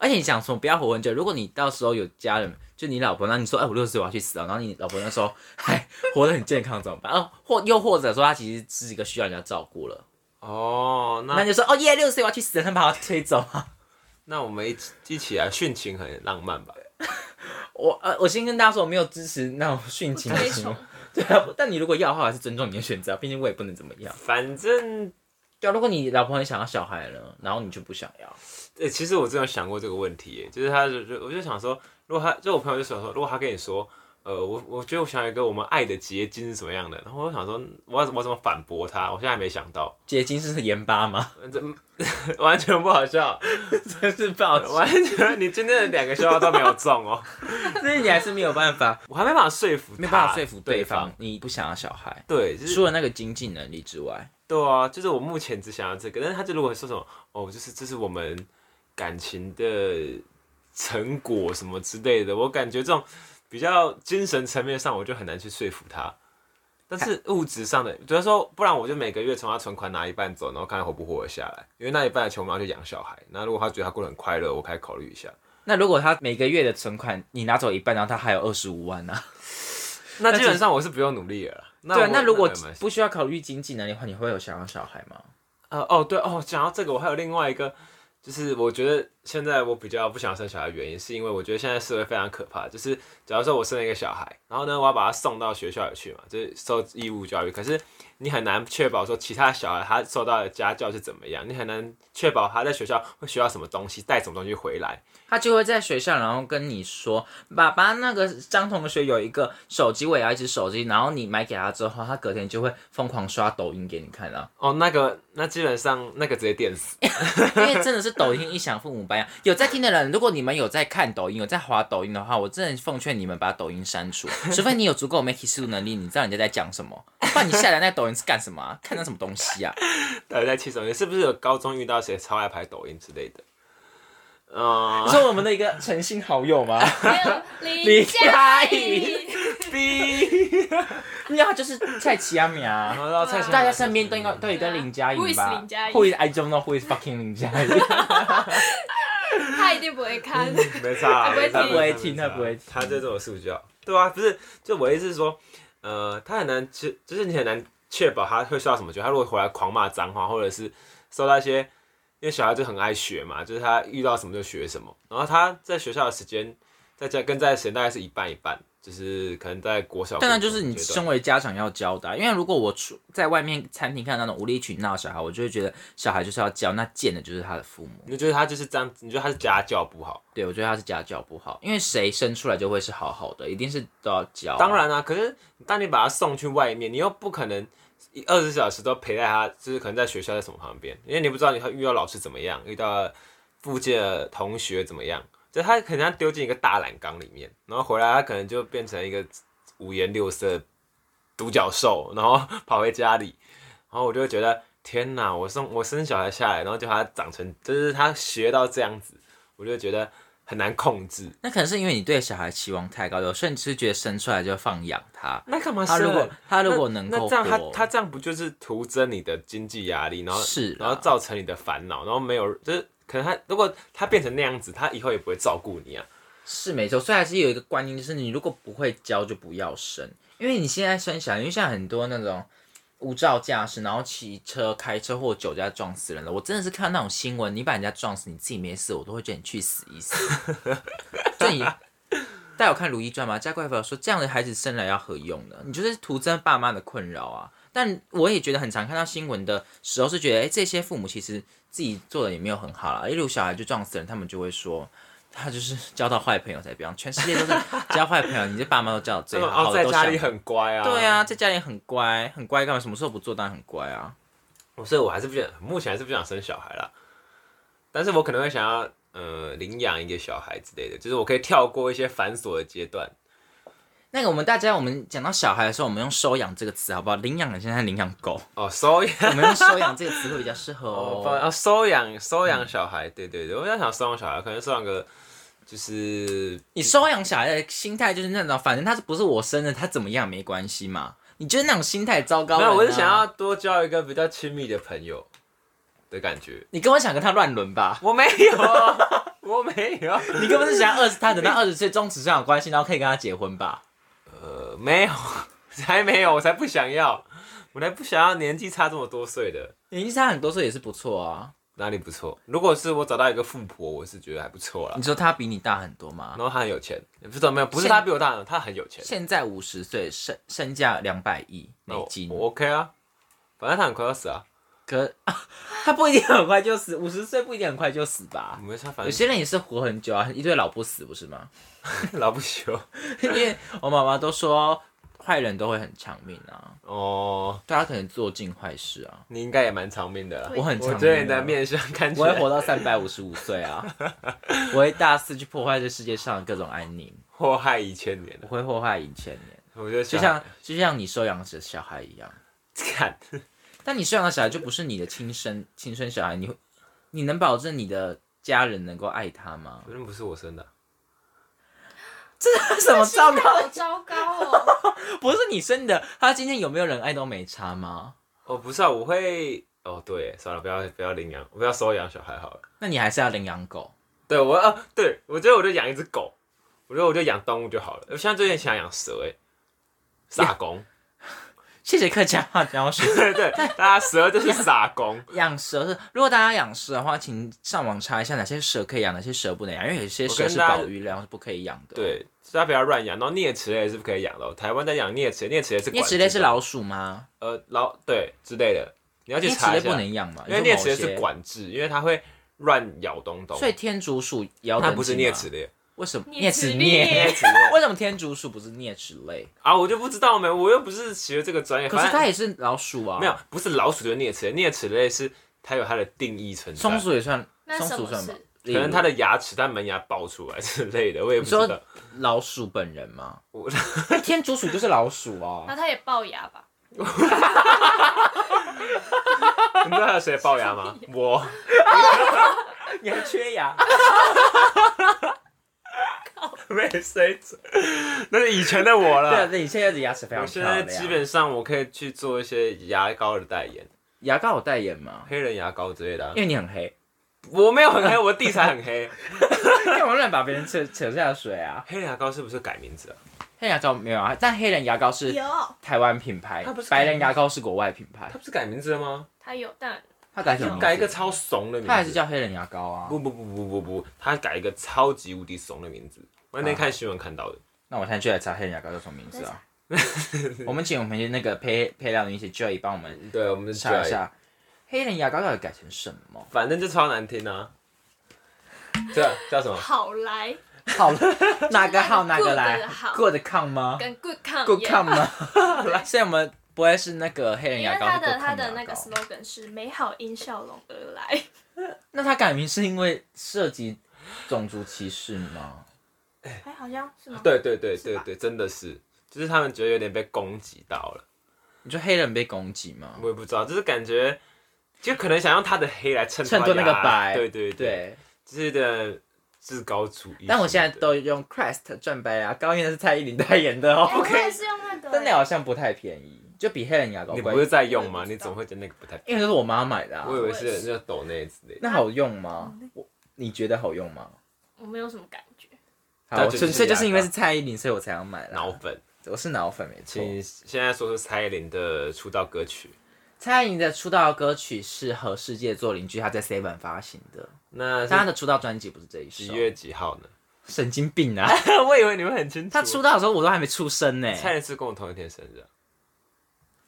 Speaker 1: 而且你想说不要活很久，如果你到时候有家人，就你老婆，那你说哎我六十岁我要去死了，然后你老婆那时候还活得很健康怎么办？哦，或又或者说她其实是一个需要人家照顾了，
Speaker 2: 哦，
Speaker 1: 那
Speaker 2: 那
Speaker 1: 你就说哦耶六十岁我要去死了，他把我推走啊。
Speaker 2: 那我们一起一起来殉情很浪漫吧？
Speaker 1: 我呃，我先跟大家说，我没有支持那种殉情的
Speaker 3: 推
Speaker 1: 行
Speaker 3: 崇
Speaker 1: 为。 对啊，但你如果要的话，还是尊重你的选择，啊毕竟我也不能怎么样。
Speaker 2: 反正
Speaker 1: 对啊，如果你老婆很想要小孩了，然后你就不想要，
Speaker 2: 欸，其实我真的有想过这个问题耶，就是他就就我就想说，如果他就我朋友就想说，如果他跟你说，呃，我我觉得我想要一个我们爱的结晶是什么样的，然后我就想说，我要我怎么反驳他？我现在还没想到，
Speaker 1: 结晶是盐巴吗？
Speaker 2: 呃这完全不好笑，
Speaker 1: 真是爆
Speaker 2: 完全你今天的两个笑话都没有中哦，
Speaker 1: 所以你还是没有办法，
Speaker 2: 我还没办法说服他，
Speaker 1: 没有办法说服对
Speaker 2: 方
Speaker 1: 方，，你不想要小孩。
Speaker 2: 对，就是
Speaker 1: 除了那个经济能力之外，
Speaker 2: 对啊，就是我目前只想要这个，但是他就如果说什么哦，就是这是我们感情的成果什么之类的，我感觉这种比较精神层面上，我就很难去说服他。但是物质上的，主要说，不然我就每个月从他存款拿一半走，然后看他活不活得下来。因为那一半的钱我们要去养小孩，那如果他觉得他过得很快乐，我可以考虑一下。
Speaker 1: 那如果他每个月的存款你拿走一半，然后他还有二十五万呢、啊？
Speaker 2: 那基本上我是不用努力了啦。那
Speaker 1: 对啊
Speaker 2: 我，
Speaker 1: 那如果
Speaker 2: 我也蛮
Speaker 1: 不需要考虑经济能力的话，你会有想要小孩吗？
Speaker 2: 呃，哦，对哦，讲到这个，我还有另外一个，就是我觉得现在我比较不想生小孩的原因，是因为我觉得现在社会非常可怕。就是假如说我生了一个小孩，然后呢，我要把他送到学校里去嘛，就是受义务教育。可是你很难确保说其他小孩他受到的家教是怎么样，你很难确保他在学校会学到什么东西，带什么东西回来。
Speaker 1: 他就会在学校，然后跟你说：“爸爸，那个张同学有一个手机，我也要一只手机。”然后你买给他之后，他隔天就会疯狂刷抖音给你看啊，
Speaker 2: 哦，那个，那基本上那个直接电死。
Speaker 1: 因为真的是抖音一响父母白养。有在听的人，如果你们有在看抖音，有在滑抖音的话，我真的奉劝你们把抖音删除，除非你有足够的媒体识读能力，你知道人家在讲什么，不然你下载那个抖音是干什么、啊？看到什么东西啊？
Speaker 2: 呃到底在气什么？你是不是有高中遇到谁超爱拍抖音之类的？嗯
Speaker 1: 你，说我们的一个诚心好友吗？
Speaker 3: 还有
Speaker 1: 李
Speaker 3: 李
Speaker 1: 佳
Speaker 3: 佳
Speaker 1: 怡
Speaker 3: 怡，
Speaker 2: 逼，
Speaker 1: 对啊，就是蔡奇阿米啊
Speaker 2: 然。后到蔡
Speaker 3: 对啊
Speaker 2: 琴
Speaker 1: 大家身边都应该都有一个林佳
Speaker 3: 对啊
Speaker 1: 怡吧
Speaker 3: Who is 林佳怡
Speaker 1: ？Who is I don't know who is fucking 林佳怡？
Speaker 3: 他一定不会看。
Speaker 2: 没差，
Speaker 3: 他不会
Speaker 2: 没差
Speaker 3: 听
Speaker 1: 他不会听他不会听
Speaker 2: 他这种塑胶，对啊，不是，就我的意思是说，呃，他很难确，就是你很难确保他会受到什么教育。他如果回来狂骂脏话，或者是受到一些，因为小孩就很爱学嘛，就是他遇到什么就学什么。然后他在学校的时间，在家跟在时间大概是一半一半，就是可能在国小，
Speaker 1: 当然就是你
Speaker 2: 国中阶
Speaker 1: 身为家长要教的啊、因为如果我出在外面餐厅看到那种无理取闹的小孩，我就会觉得小孩就是要教，那贱的就是他的父母。
Speaker 2: 段，你就觉得他就是这样，你觉得他是家教不好。
Speaker 1: 对，我觉得他是家教不好，因为谁生出来就会是好好的，一定是都要教。
Speaker 2: 当，然啊，可是当你把他送去外面，你又不可能二十小时都陪在他，就是可能在学校在什么旁边，因为你不知道你会遇到老师怎么样，遇到附近的同学怎么样，就他可能要丢进一个大染缸里面，然后回来他可能就变成一个五颜六色的独角兽，然后跑回家里，然后我就会觉得天哪，我生我生小孩下来，然后就把他长成，就是他学到这样子，我就觉得很难控制。
Speaker 1: 那可能是因为你对小孩期望太高，有时候你是觉得生出来就放养他。
Speaker 2: 那干嘛
Speaker 1: 他
Speaker 2: 生？
Speaker 1: 如果他如果
Speaker 2: 那
Speaker 1: 能
Speaker 2: 那
Speaker 1: 够
Speaker 2: 这样他
Speaker 1: 活
Speaker 2: 他这样不就是徒增你的经济压力，然后
Speaker 1: 是啊
Speaker 2: 然后
Speaker 1: 啦
Speaker 2: 造成你的烦恼，然后没有就是可能他如果他变成那样子，他以后也不会照顾你啊。
Speaker 1: 是没错，所以还是有一个观念，就是你如果不会教就不要生，因为你现在生小孩，因为现在很多那种无照驾驶，然后骑车、开车或酒驾撞死人了。我真的是看那种新闻，你把人家撞死，你自己没死，我都会觉得你去死一死。就 你，大家有看《如懿传》吗？加怪法说这样的孩子生来要何用呢？你就是徒增爸妈的困扰啊。但我也觉得很常看到新闻的时候，是觉得哎、诶这些父母其实自己做的也没有很好啦。例如小孩就撞死人，他们就会说。他就是 交到坏朋友才不要，全世界都是交坏朋友，你这爸妈都交到 最好，
Speaker 2: 然
Speaker 1: 啊好
Speaker 2: 后
Speaker 1: 的
Speaker 2: 哦在
Speaker 1: 都
Speaker 2: 家
Speaker 1: 想
Speaker 2: 里很乖啊。
Speaker 1: 对，啊，在家里很乖，很乖干嘛？什么事都不做，当然很乖啊。
Speaker 2: 哦所以我还是不想，目前还是不想生小孩啦。但是我可能会想要呃领养一个小孩之类的，就是我可以跳过一些繁琐的阶段。
Speaker 1: 那个，我们大家，我们讲到小孩的时候，我们用“收养”这个词好不好？领养人现在领养 狗，
Speaker 2: 哦，收养
Speaker 1: 我们用“收养”这个词会比较适合
Speaker 2: 哦，不好意
Speaker 1: 哦。嗯
Speaker 2: 思哦收养收养小孩，对对对，我在想收养小孩，可能收养个就是
Speaker 1: 你收养小孩的心态就是那种，反正他是不是我生的，他怎么样没关系嘛。你觉得那种心态糟糕、
Speaker 2: 没有，我是想要，多交一个比较亲密的朋友的感觉。
Speaker 1: 你根本想跟他乱伦 吧？
Speaker 2: 我没有，啊 我没有，
Speaker 1: 你根本是想要二十，他等到二十岁终止这样的关系，然后可以跟他结婚吧？
Speaker 2: 呃，没有， 才没有，我才不想要，我才不想要年纪差这么多岁的，
Speaker 1: 年纪差很多岁也是不错啊。
Speaker 2: 哪里不错？如果是我找到一个富婆，我是觉得还不错啦
Speaker 1: 你。说他比你大很多吗
Speaker 2: 然？后他很有钱，不是没有，不是
Speaker 1: 现
Speaker 2: 他比我大，他很有钱。
Speaker 1: 现在五十岁，身身价两百亿美
Speaker 2: 那我
Speaker 1: 金。
Speaker 2: 我 OK 啊，反正他很快要死啊，
Speaker 1: 可、 他不一定很快就死，五十岁不一定很快就死吧。
Speaker 2: 没差，反
Speaker 1: 有
Speaker 2: 正
Speaker 1: 些人也是活很久啊，一对老不死不是吗？
Speaker 2: 老不休。
Speaker 1: 因为我妈妈都说坏人都会很长命啊，
Speaker 2: 哦，
Speaker 1: 对他啊可能做尽坏事啊。
Speaker 2: 你应该也蛮长命的啦。
Speaker 1: 我很长
Speaker 2: 我
Speaker 1: 命啊
Speaker 2: 觉得你的面相看起
Speaker 1: 我会
Speaker 2: 来，
Speaker 1: 活到三百五十五岁啊！我会大肆去破坏这世界上的各种安宁，
Speaker 2: 祸害一千年
Speaker 1: 我会
Speaker 2: 了。
Speaker 1: 破坏一千年，
Speaker 2: 我觉得
Speaker 1: 就像就像你收养的小孩一样。
Speaker 2: 看。
Speaker 1: 但你收养的小孩就不是你的亲生亲生小孩，你会你能保证你的家人能够爱他吗？
Speaker 2: 反正不是我生的啊，
Speaker 1: 什么糟糕？
Speaker 3: 好糟糕哦！
Speaker 1: 不是你生的，他今天有没有人爱都没差吗？
Speaker 2: 哦，不是啊，我会，哦，对耶，算了，不要不要领养，我不要收养小孩好了。
Speaker 1: 那你还是要领养狗。
Speaker 2: 对我，啊，对我觉得我就养一只狗，我觉得我就养动物就好了。我现在最近想养蛇，哎，傻公，
Speaker 1: 谢谢客家话教学。
Speaker 2: 对对，大家蛇就是傻公，
Speaker 1: 养蛇是，如果大家养蛇的话，请上网查一下哪些蛇可以养，哪些蛇不能养，因为有些
Speaker 2: 我
Speaker 1: 蛇
Speaker 2: 跟
Speaker 1: 是
Speaker 2: 大家
Speaker 1: 保育类，然后是不可以养的。，
Speaker 2: 对，大家不要乱养。然后啮齿类也是不可以养的哦，台湾在养啮齿，啮齿类是
Speaker 1: 啮齿类是老鼠吗？
Speaker 2: 呃老对之类的，你要去
Speaker 1: 啮
Speaker 2: 查
Speaker 1: 齿
Speaker 2: 一
Speaker 1: 类
Speaker 2: 下
Speaker 1: 不，能养嘛？
Speaker 2: 因为啮齿类
Speaker 1: 类
Speaker 2: 是，管制，因为它会乱咬东东，
Speaker 1: 所以天竺鼠也要
Speaker 2: 它不是
Speaker 1: 登记
Speaker 2: 啮
Speaker 1: 吗
Speaker 2: 齿，类，
Speaker 1: 为什么啮
Speaker 3: 啮齿
Speaker 1: 齿
Speaker 3: 类
Speaker 1: 啮？
Speaker 2: 啮齿类
Speaker 1: 为什么天竺鼠不是啮齿类？
Speaker 2: 啊，我就不知道没，我又不是学这个专业，
Speaker 1: 可
Speaker 2: 反
Speaker 1: 是
Speaker 2: 正
Speaker 1: 它也是老鼠啊。
Speaker 2: 没有，，不是老鼠就是啮齿类，啮齿类是它有它的定义存在，
Speaker 1: 松鼠也算，
Speaker 3: 那
Speaker 1: 松
Speaker 3: 什
Speaker 1: 鼠
Speaker 3: 么
Speaker 1: 算吗
Speaker 3: 事？？
Speaker 1: 可
Speaker 2: 可能它的牙齿、它门牙爆出来之类的，我也不知
Speaker 1: 你
Speaker 2: 道
Speaker 1: 说。老鼠本人吗？
Speaker 2: 我
Speaker 1: 那 天竺鼠就是老鼠 啊。
Speaker 3: 那他也龅牙吧？
Speaker 2: 你知道还有谁龅牙吗？我，
Speaker 1: 你还缺牙？
Speaker 2: 没水准，那是以前的我
Speaker 1: 对啊
Speaker 2: 了。，
Speaker 1: 那你现在的牙齿非
Speaker 2: 我
Speaker 1: 常
Speaker 2: 现
Speaker 1: 漂
Speaker 2: 在
Speaker 1: 亮。
Speaker 2: 基本上我可以去做一些牙膏的代言，
Speaker 1: 牙膏有代言吗？
Speaker 2: 黑人牙膏之类 的啊、
Speaker 1: 因为你很 黑，
Speaker 2: 我没有很黑，我地才很黑。
Speaker 1: 干嘛乱把别人扯扯下水啊？
Speaker 2: 黑人牙膏是不是改名字啊？
Speaker 1: 黑人牙膏没有啊，但黑人牙膏是
Speaker 3: 有，
Speaker 1: 台湾品牌
Speaker 2: 它不，是
Speaker 1: 白人牙膏是国外品牌
Speaker 2: 他。不是改名字了吗？
Speaker 3: 他有，但
Speaker 1: 它改什么名字？
Speaker 2: 改一个超怂的名
Speaker 1: 嗯
Speaker 2: 字。
Speaker 1: 它还是叫黑人牙膏啊
Speaker 2: 不。不不不不不，他改一个超级无敌怂的名字。我
Speaker 1: 啊
Speaker 2: 那天看新闻看到的，
Speaker 1: 那我现在就来查黑人牙膏叫什么名字 啊？我们请我们的那个配配料的一起 Joy 帮我们
Speaker 2: 对，我们就
Speaker 1: 查一，下，黑人牙膏到底改成什么？
Speaker 2: 反正就超难听啊。这叫什么？
Speaker 3: 好来
Speaker 1: 好 了，哪个好哪个
Speaker 3: Good
Speaker 1: 来
Speaker 3: 的好
Speaker 1: ？Good 抗吗
Speaker 3: 跟 Good Come
Speaker 1: ？Good
Speaker 3: 一
Speaker 1: 抗
Speaker 3: 样，
Speaker 1: 吗？ 所以我们不会是那个黑人
Speaker 3: 因
Speaker 1: 牙
Speaker 3: 为
Speaker 1: 膏，
Speaker 3: 他的
Speaker 1: 是 Good 啊
Speaker 3: 他
Speaker 1: 抗
Speaker 3: 的
Speaker 1: 牙
Speaker 3: 那个
Speaker 1: 膏
Speaker 3: slogan 是美好因笑容而来，
Speaker 1: 那他改名是因为涉及种族歧视吗？
Speaker 3: 哎，好像是吗？
Speaker 2: 对对对
Speaker 3: 是
Speaker 2: 对
Speaker 3: 吧
Speaker 2: 对，真的是，就是他们觉得有点被攻击到了。
Speaker 1: 你说黑人被攻击吗？
Speaker 2: 我也不知道，就是感觉，就可能想用他的黑来衬
Speaker 1: 衬托那个
Speaker 2: 他的
Speaker 1: 白
Speaker 2: 对对，
Speaker 1: 对，
Speaker 2: 就是有点至高主义。
Speaker 1: 但我现在都用 Crest 啊转白牙膏，因为那是蔡依林代言的哦
Speaker 3: 哎。我也是用那 个，
Speaker 1: 真的好像不太便宜，就比黑人牙膏
Speaker 2: 你
Speaker 1: 贵
Speaker 2: 不，是在用
Speaker 3: 我
Speaker 2: 吗？
Speaker 3: 也
Speaker 2: 你
Speaker 3: 不知道
Speaker 2: 怎么会觉得那个不太？
Speaker 1: 因为这是我妈买的、啊
Speaker 2: 我以。为
Speaker 3: 我也
Speaker 2: 是
Speaker 3: 是
Speaker 2: 那个抖那之类的。
Speaker 1: 那好用吗？我你觉得好用吗？
Speaker 3: 哎我没有什么感觉。
Speaker 2: 它
Speaker 1: 好，
Speaker 2: 就是
Speaker 1: 纯粹就是因为
Speaker 2: 牙膏
Speaker 1: 是蔡依林，所以我才要买啦
Speaker 2: 脑粉，
Speaker 1: 我是脑粉没错。
Speaker 2: 请现在说出蔡依林的出道歌曲。
Speaker 1: 蔡依林的出道歌曲是和世界做邻居，她在 Seven 发行的，
Speaker 2: 那
Speaker 1: 但她
Speaker 2: 是
Speaker 1: 的出道专辑不是这一
Speaker 2: 几
Speaker 1: 首。
Speaker 2: 月几号呢？
Speaker 1: 神经病 啊！
Speaker 2: 我以为你们很清楚。
Speaker 1: 她出道的时候我都还没出生呢、
Speaker 2: 蔡依林是跟我同一天生日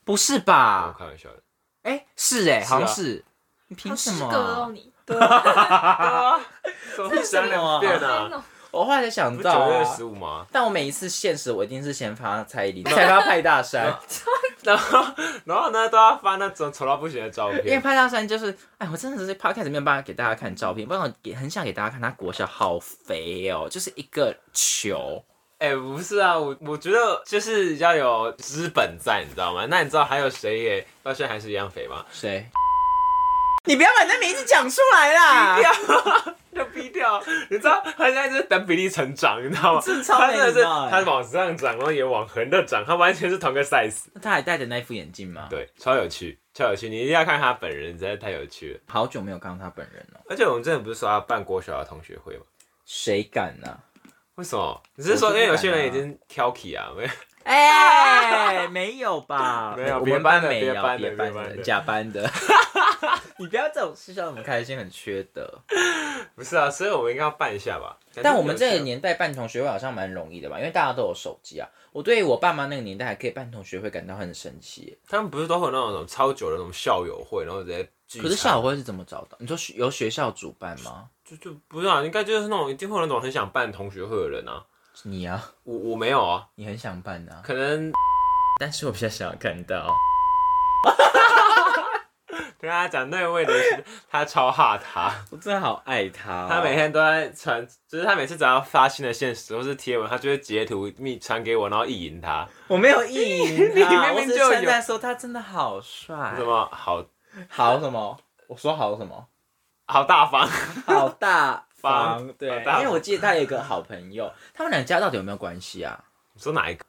Speaker 1: 不是
Speaker 2: 啊，我
Speaker 1: 吧？
Speaker 2: 开玩笑的。
Speaker 1: 哎、是哎、
Speaker 2: 是啊
Speaker 1: 好像是。你凭什么
Speaker 3: 好失格哦
Speaker 1: 啊？
Speaker 3: 你？
Speaker 2: 啊
Speaker 3: 哎
Speaker 2: 怎么会想两遍啊？
Speaker 1: 我后来才想
Speaker 2: 不是
Speaker 1: 到、
Speaker 2: 九月
Speaker 1: 啊
Speaker 2: 十，五吗？
Speaker 1: 但我每一次现实我一定是先发蔡 依林，再发派大山。
Speaker 2: 啊然后然后呢，都要发那种丑到不行的照
Speaker 1: 因为
Speaker 2: 片。
Speaker 1: 派大山就是，哎，我真的是 podcast 没有办法给大家看照片，不然我给很想给大家看他国小好肥哦，就是一个球。
Speaker 2: 哎、不是啊，我我觉得就是要有资本在，你知道吗？那你知道还有谁也到现在还是一样肥吗？
Speaker 1: 谁？你不要把那名字讲出来啦！
Speaker 2: 就逼掉，你知道他现在就是等比例成长，啊你知道吗？
Speaker 1: 这超
Speaker 2: 他
Speaker 1: 没
Speaker 2: 真的是
Speaker 1: 礼貌欸
Speaker 2: 他往上涨，然后也往横的涨，他完全是同个 size。
Speaker 1: 他还戴着那一副眼镜吗？，
Speaker 2: 对，超有趣，超有趣，你一定要看他本人，实在太有趣了。
Speaker 1: 好久没有看到他本人了，
Speaker 2: 而且我们之前不是说要办国小的同学会吗？
Speaker 1: 谁敢啊呢、
Speaker 2: 为什么？你是说
Speaker 1: 我
Speaker 2: 因
Speaker 1: 就不敢啊
Speaker 2: 为有些人已经挑剔啊？没有，
Speaker 1: 哎、没有吧？
Speaker 2: 没有
Speaker 1: 我
Speaker 2: 别
Speaker 1: 们
Speaker 2: 班的
Speaker 1: 没有，
Speaker 2: 别班的
Speaker 1: 别班
Speaker 2: 别班的
Speaker 1: 假班的。 你不要这种事笑得我们开心，很缺德。
Speaker 2: 不是啊，所以我们应该要办一下吧。
Speaker 1: 但我们这个
Speaker 2: 年。
Speaker 1: 年代办同学会好像蛮容易的吧，因为大家都有手机啊。我对我爸妈那个年代还可以办同学会感到很神奇耶。
Speaker 2: 他们不是都会有那种什么超久的那种校友会，然后直接聚餐
Speaker 1: 可是校友会是怎么找到？你说学由学校主办吗？
Speaker 2: 就就不是啊，应该就是那种一定会有那种很想办同学会的人啊。
Speaker 1: 是你啊，
Speaker 2: 我我没有啊，
Speaker 1: 你很想办啊，
Speaker 2: 可能
Speaker 1: 但是我比较想要看到。
Speaker 2: 跟大家啊讲那位的是他超哈他，
Speaker 1: 我真的好爱他哦、
Speaker 2: 他每天都在传，就是他每次只要发新的现实或是贴文，他就会截图密传给我，然后意淫他，
Speaker 1: 我没有意淫
Speaker 2: 你
Speaker 1: 他，
Speaker 2: 明明
Speaker 1: 我只是
Speaker 2: 就有
Speaker 1: 称赞说他真的好帅
Speaker 2: 什，么好
Speaker 1: 好什么？我说好什么？
Speaker 2: 好大方，
Speaker 1: 好大
Speaker 2: 方
Speaker 1: 方，对
Speaker 2: 好大，方
Speaker 1: 因为我记得他有一个好朋友，他们两家到底有没有关系啊？
Speaker 2: 你说哪一个？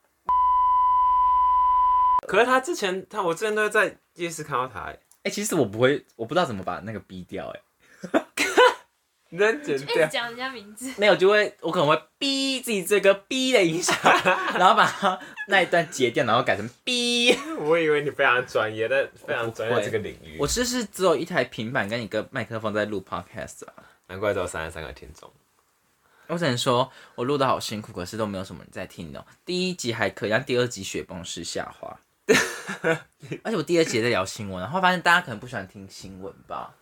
Speaker 2: 可是他之前他我之前都会在夜市看到他、欸，
Speaker 1: 哎、其实我不会，我不知道怎么把那个逼掉、哎。
Speaker 2: 你能剪
Speaker 3: 一直
Speaker 2: 掉？
Speaker 3: 哎讲人家名字，
Speaker 1: 没有，就会我可能会逼自己这个逼的音效， 然后把它那一段截掉，然后改成逼。
Speaker 2: 我以为你非常专业，但非常专
Speaker 1: 我不
Speaker 2: 业
Speaker 1: 会
Speaker 2: 这个领域。
Speaker 1: 我是不是只有一台平板跟一个麦克风在录 podcast 啊？
Speaker 2: 难怪只有三十三个听众。
Speaker 1: 我只能说，我录的好辛苦，可是都没有什么人在听哦。第一集还可以，但第二集雪崩式下滑。 而且我第二集也在聊新闻，然后发现大家可能不喜欢听新闻吧，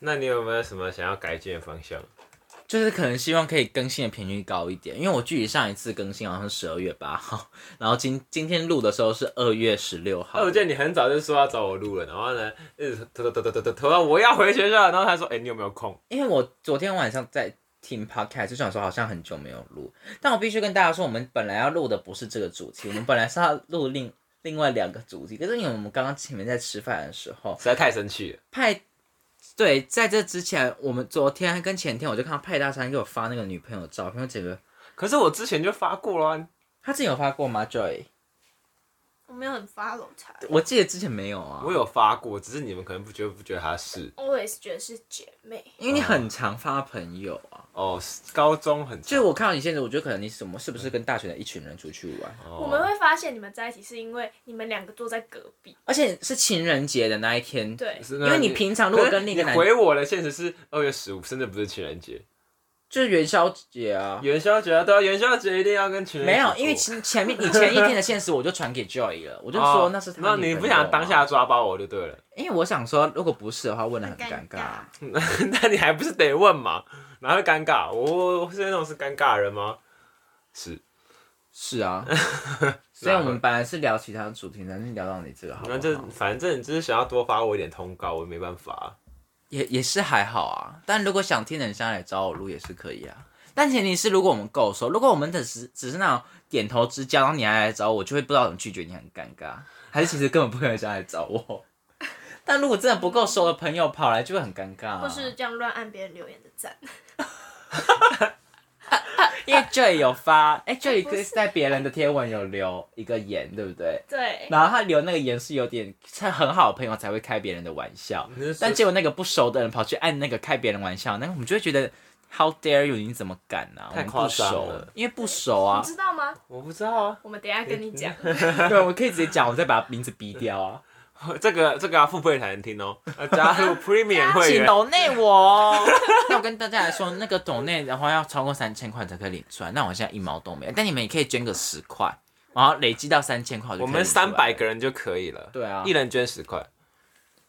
Speaker 2: 那你有没有什么想要改进的方向？
Speaker 1: 就是可能希望可以更新的频率高一点，因为我距离上一次更新好像是十二月八号，然后今今天录的时候是二月十六号
Speaker 2: 那、。我记得你很早就说要找我录了，然后呢，一直拖拖拖拖拖拖拖到我要回学校了，然后他说：“哎、你有没有空
Speaker 1: 因为我昨天晚上在听 podcast，就想说好像很久没有录，但我必须跟大家说，我们本来要录的不是这个主题，我们本来是要录另另外两个主题，可是因为我们刚刚前面在吃饭的时候，
Speaker 2: 实在太生气了。
Speaker 1: 派对，在这之前，我们昨天跟前天我就看到派大山给我发那个女朋友的照片，我整个
Speaker 2: 可是我之前就发过了、啊，
Speaker 1: 他之前有发过吗？Joy，
Speaker 3: 我没有很 follow 他，
Speaker 1: 我记得之前没有啊，
Speaker 2: 我有发过，只是你们可能不觉得不觉得他是
Speaker 3: 我也是觉得是姐妹，
Speaker 1: 因为
Speaker 2: 啊
Speaker 1: 你很常发朋友啊，
Speaker 2: 哦，高中很
Speaker 1: 就是我看到你现在，我觉得可能你什么是不
Speaker 2: 嗯
Speaker 1: 是跟大学的一群人出去玩，
Speaker 2: 哦
Speaker 3: 我们会发现你们在一起是因为你们两个坐在隔壁，
Speaker 1: 而且是情人节的那一天，，
Speaker 3: 对，
Speaker 2: 是
Speaker 1: 因
Speaker 2: 那
Speaker 1: 为你平常如果跟另一
Speaker 2: 你
Speaker 1: 个男，
Speaker 2: 回我的现实是二月十五，甚至不是情人节，
Speaker 1: 就是元宵节啊，
Speaker 2: 元宵节啊，对啊，元宵节一定要跟情人
Speaker 1: 没
Speaker 2: 节
Speaker 1: 有
Speaker 2: 过，
Speaker 1: 因为前前面你前一天的现实我就传给 Joy 了，我就说
Speaker 2: 哦
Speaker 1: 那是他
Speaker 2: 那
Speaker 1: 女
Speaker 2: 你
Speaker 1: 朋
Speaker 2: 不
Speaker 1: 友啊
Speaker 2: 想当下，抓包我就对了，
Speaker 1: 因为我想说，如果不是的话，问的很
Speaker 3: 很
Speaker 1: 尴
Speaker 3: 尴
Speaker 1: 尬
Speaker 3: 尬。
Speaker 2: 那你还不是得问嘛？哪会尴尬？我我是那种是尴尬的人吗？是，
Speaker 1: 是 啊，所以我们本来是聊其他主题，但是聊到你这个好不好，
Speaker 2: 那这反正你只是想要多发我一点通告，我也没办法啊、
Speaker 1: 也也是还好啊。但如果想听的人下来找我录也是可以啊，但前提是如果我们够熟，如果我们只是只是那种点头之交，然后你还来找我，我就会不知道怎么拒绝你，很尴尬。还是其实根本不可能想来找我。 但如果真的不够熟的朋友跑来，就会很尴尬、啊。
Speaker 3: 或是这样乱按别人留言的赞，
Speaker 1: 因为 Joy 有 发，哎、j o y
Speaker 3: 不是
Speaker 1: 是在别人的贴文有留一个言，对不对？
Speaker 3: 对，
Speaker 1: 然后他留那个言是有点，他很好的朋友才会开别人的玩笑，
Speaker 2: 你是说
Speaker 1: 但结果那个不熟的人跑去按那个开别人玩笑，那我们就会觉得 How dare you！你怎么敢啊？我
Speaker 2: 太
Speaker 1: 们
Speaker 2: 夸
Speaker 1: 不
Speaker 2: 张
Speaker 1: 熟
Speaker 2: 了，
Speaker 1: 因为不熟
Speaker 3: 你
Speaker 1: 啊。
Speaker 3: 知道吗？
Speaker 2: 我不知道啊，
Speaker 3: 我们等一下跟你 讲，
Speaker 1: 对，我可以直接讲，我再把名字逼掉 啊。
Speaker 2: 这个这个要付费才能听哦，要加 入 Premium 会
Speaker 1: 请
Speaker 2: 员。
Speaker 1: 抖内我 哦。那我跟大家来说，那个抖内然后要超过三千块才可以领出来，那我现在一毛都没有，但你们也可以捐个十块，然后累积到三千块就可以
Speaker 2: 我们
Speaker 1: 领出来
Speaker 2: 三百个人就可以了，
Speaker 1: 对啊
Speaker 2: 一人捐十块。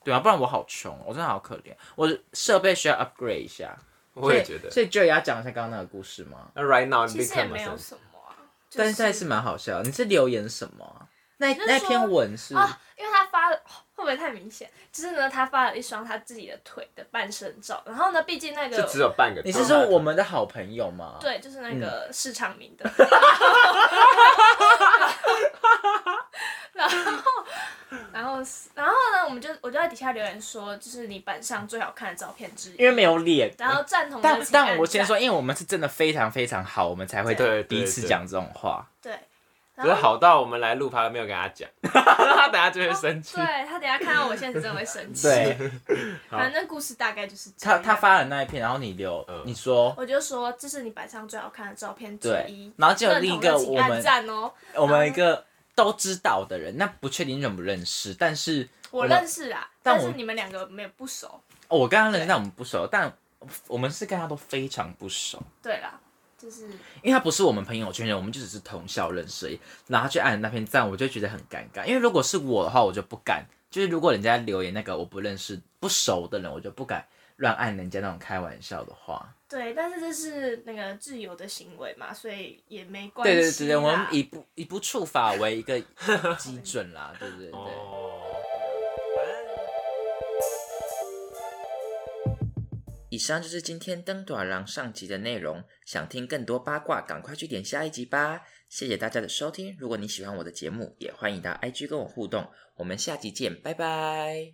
Speaker 1: 对啊，不然我好穷，我真的好可怜，我设备需要 upgrade 一下。
Speaker 2: 我也觉得。
Speaker 1: 所以就也要讲一下刚刚那个故事吗？
Speaker 2: 那 right now 你
Speaker 3: 其
Speaker 2: 立
Speaker 3: 实也
Speaker 2: 刻马
Speaker 3: 没有
Speaker 2: 上，
Speaker 3: 什么啊，就
Speaker 1: 但是还是蛮好笑的。你是留言什么啊？那
Speaker 3: 就是
Speaker 1: 那
Speaker 3: 说
Speaker 1: 篇文是
Speaker 3: 啊，因为他发了，哦会不会太明显？就是呢，他发了一双他自己的腿的半身照，然后呢，毕竟那
Speaker 2: 就
Speaker 3: 个
Speaker 2: 只有半个。
Speaker 1: 你是说我们的好朋友吗？，
Speaker 3: 对，就是那
Speaker 1: 嗯
Speaker 3: 个市场名 的，然后。然后是，然后呢，我们就我就在底下留言说，就是你板上最好看的照片之一。
Speaker 1: 因为没有脸。
Speaker 3: 然后赞同的
Speaker 1: 但
Speaker 3: 请按
Speaker 1: 但我
Speaker 3: 赞
Speaker 1: 先说，因为我们是真的非常非常好，我们才会
Speaker 2: 对对
Speaker 1: 彼此讲这种话。
Speaker 3: 对，
Speaker 2: 只是
Speaker 3: 然后
Speaker 2: 好到我们来录他没有跟他 讲， 他等下就会生气
Speaker 3: 对。他等一下看到我现实真的会生气。
Speaker 1: 对，
Speaker 3: 反正故事大概就是这
Speaker 1: 他
Speaker 3: 样。
Speaker 1: 他发了那一篇，然后你留
Speaker 2: 嗯
Speaker 1: 你说
Speaker 3: 我就说这是你摆上最好看的照片之
Speaker 1: 对
Speaker 3: 一，。
Speaker 1: 然后就有
Speaker 3: 认
Speaker 1: 另一
Speaker 3: 同
Speaker 1: 个
Speaker 3: 的请
Speaker 1: 我
Speaker 3: 按
Speaker 1: 们
Speaker 3: 赞哦，
Speaker 1: 我们一个都知道的人，那不确定认不认识，但是
Speaker 3: 我
Speaker 1: 们
Speaker 3: 认识啦，
Speaker 1: 但
Speaker 3: 但是
Speaker 1: 我
Speaker 3: 你们两个没有不熟。
Speaker 1: 哦我跟他认识，但我们不熟，但我们是跟他都非常不熟。
Speaker 3: 对啦，就是
Speaker 1: 因为他不是我们朋友圈人，我们就只是同校认识而已。然后他去按那篇赞，我就觉得很尴尬。因为如果是我的话，我就不敢。就是如果人家留言那个我不认识、不熟的人，我就不敢乱按人家那种开玩笑的话。
Speaker 3: 对，但是这是那个挚友的行为嘛，所以也没关系
Speaker 1: 对
Speaker 3: 啦。
Speaker 1: 对对对，我们以不以不触法为一个基准啦，对不对？对。
Speaker 2: 哦，
Speaker 1: 以上就是今天登短郎上集的内容。想听更多八卦，赶快去点下一集吧！谢谢大家的收听。如果你喜欢我的节目，也欢迎到 IG 跟我互动。我们下集见，拜拜。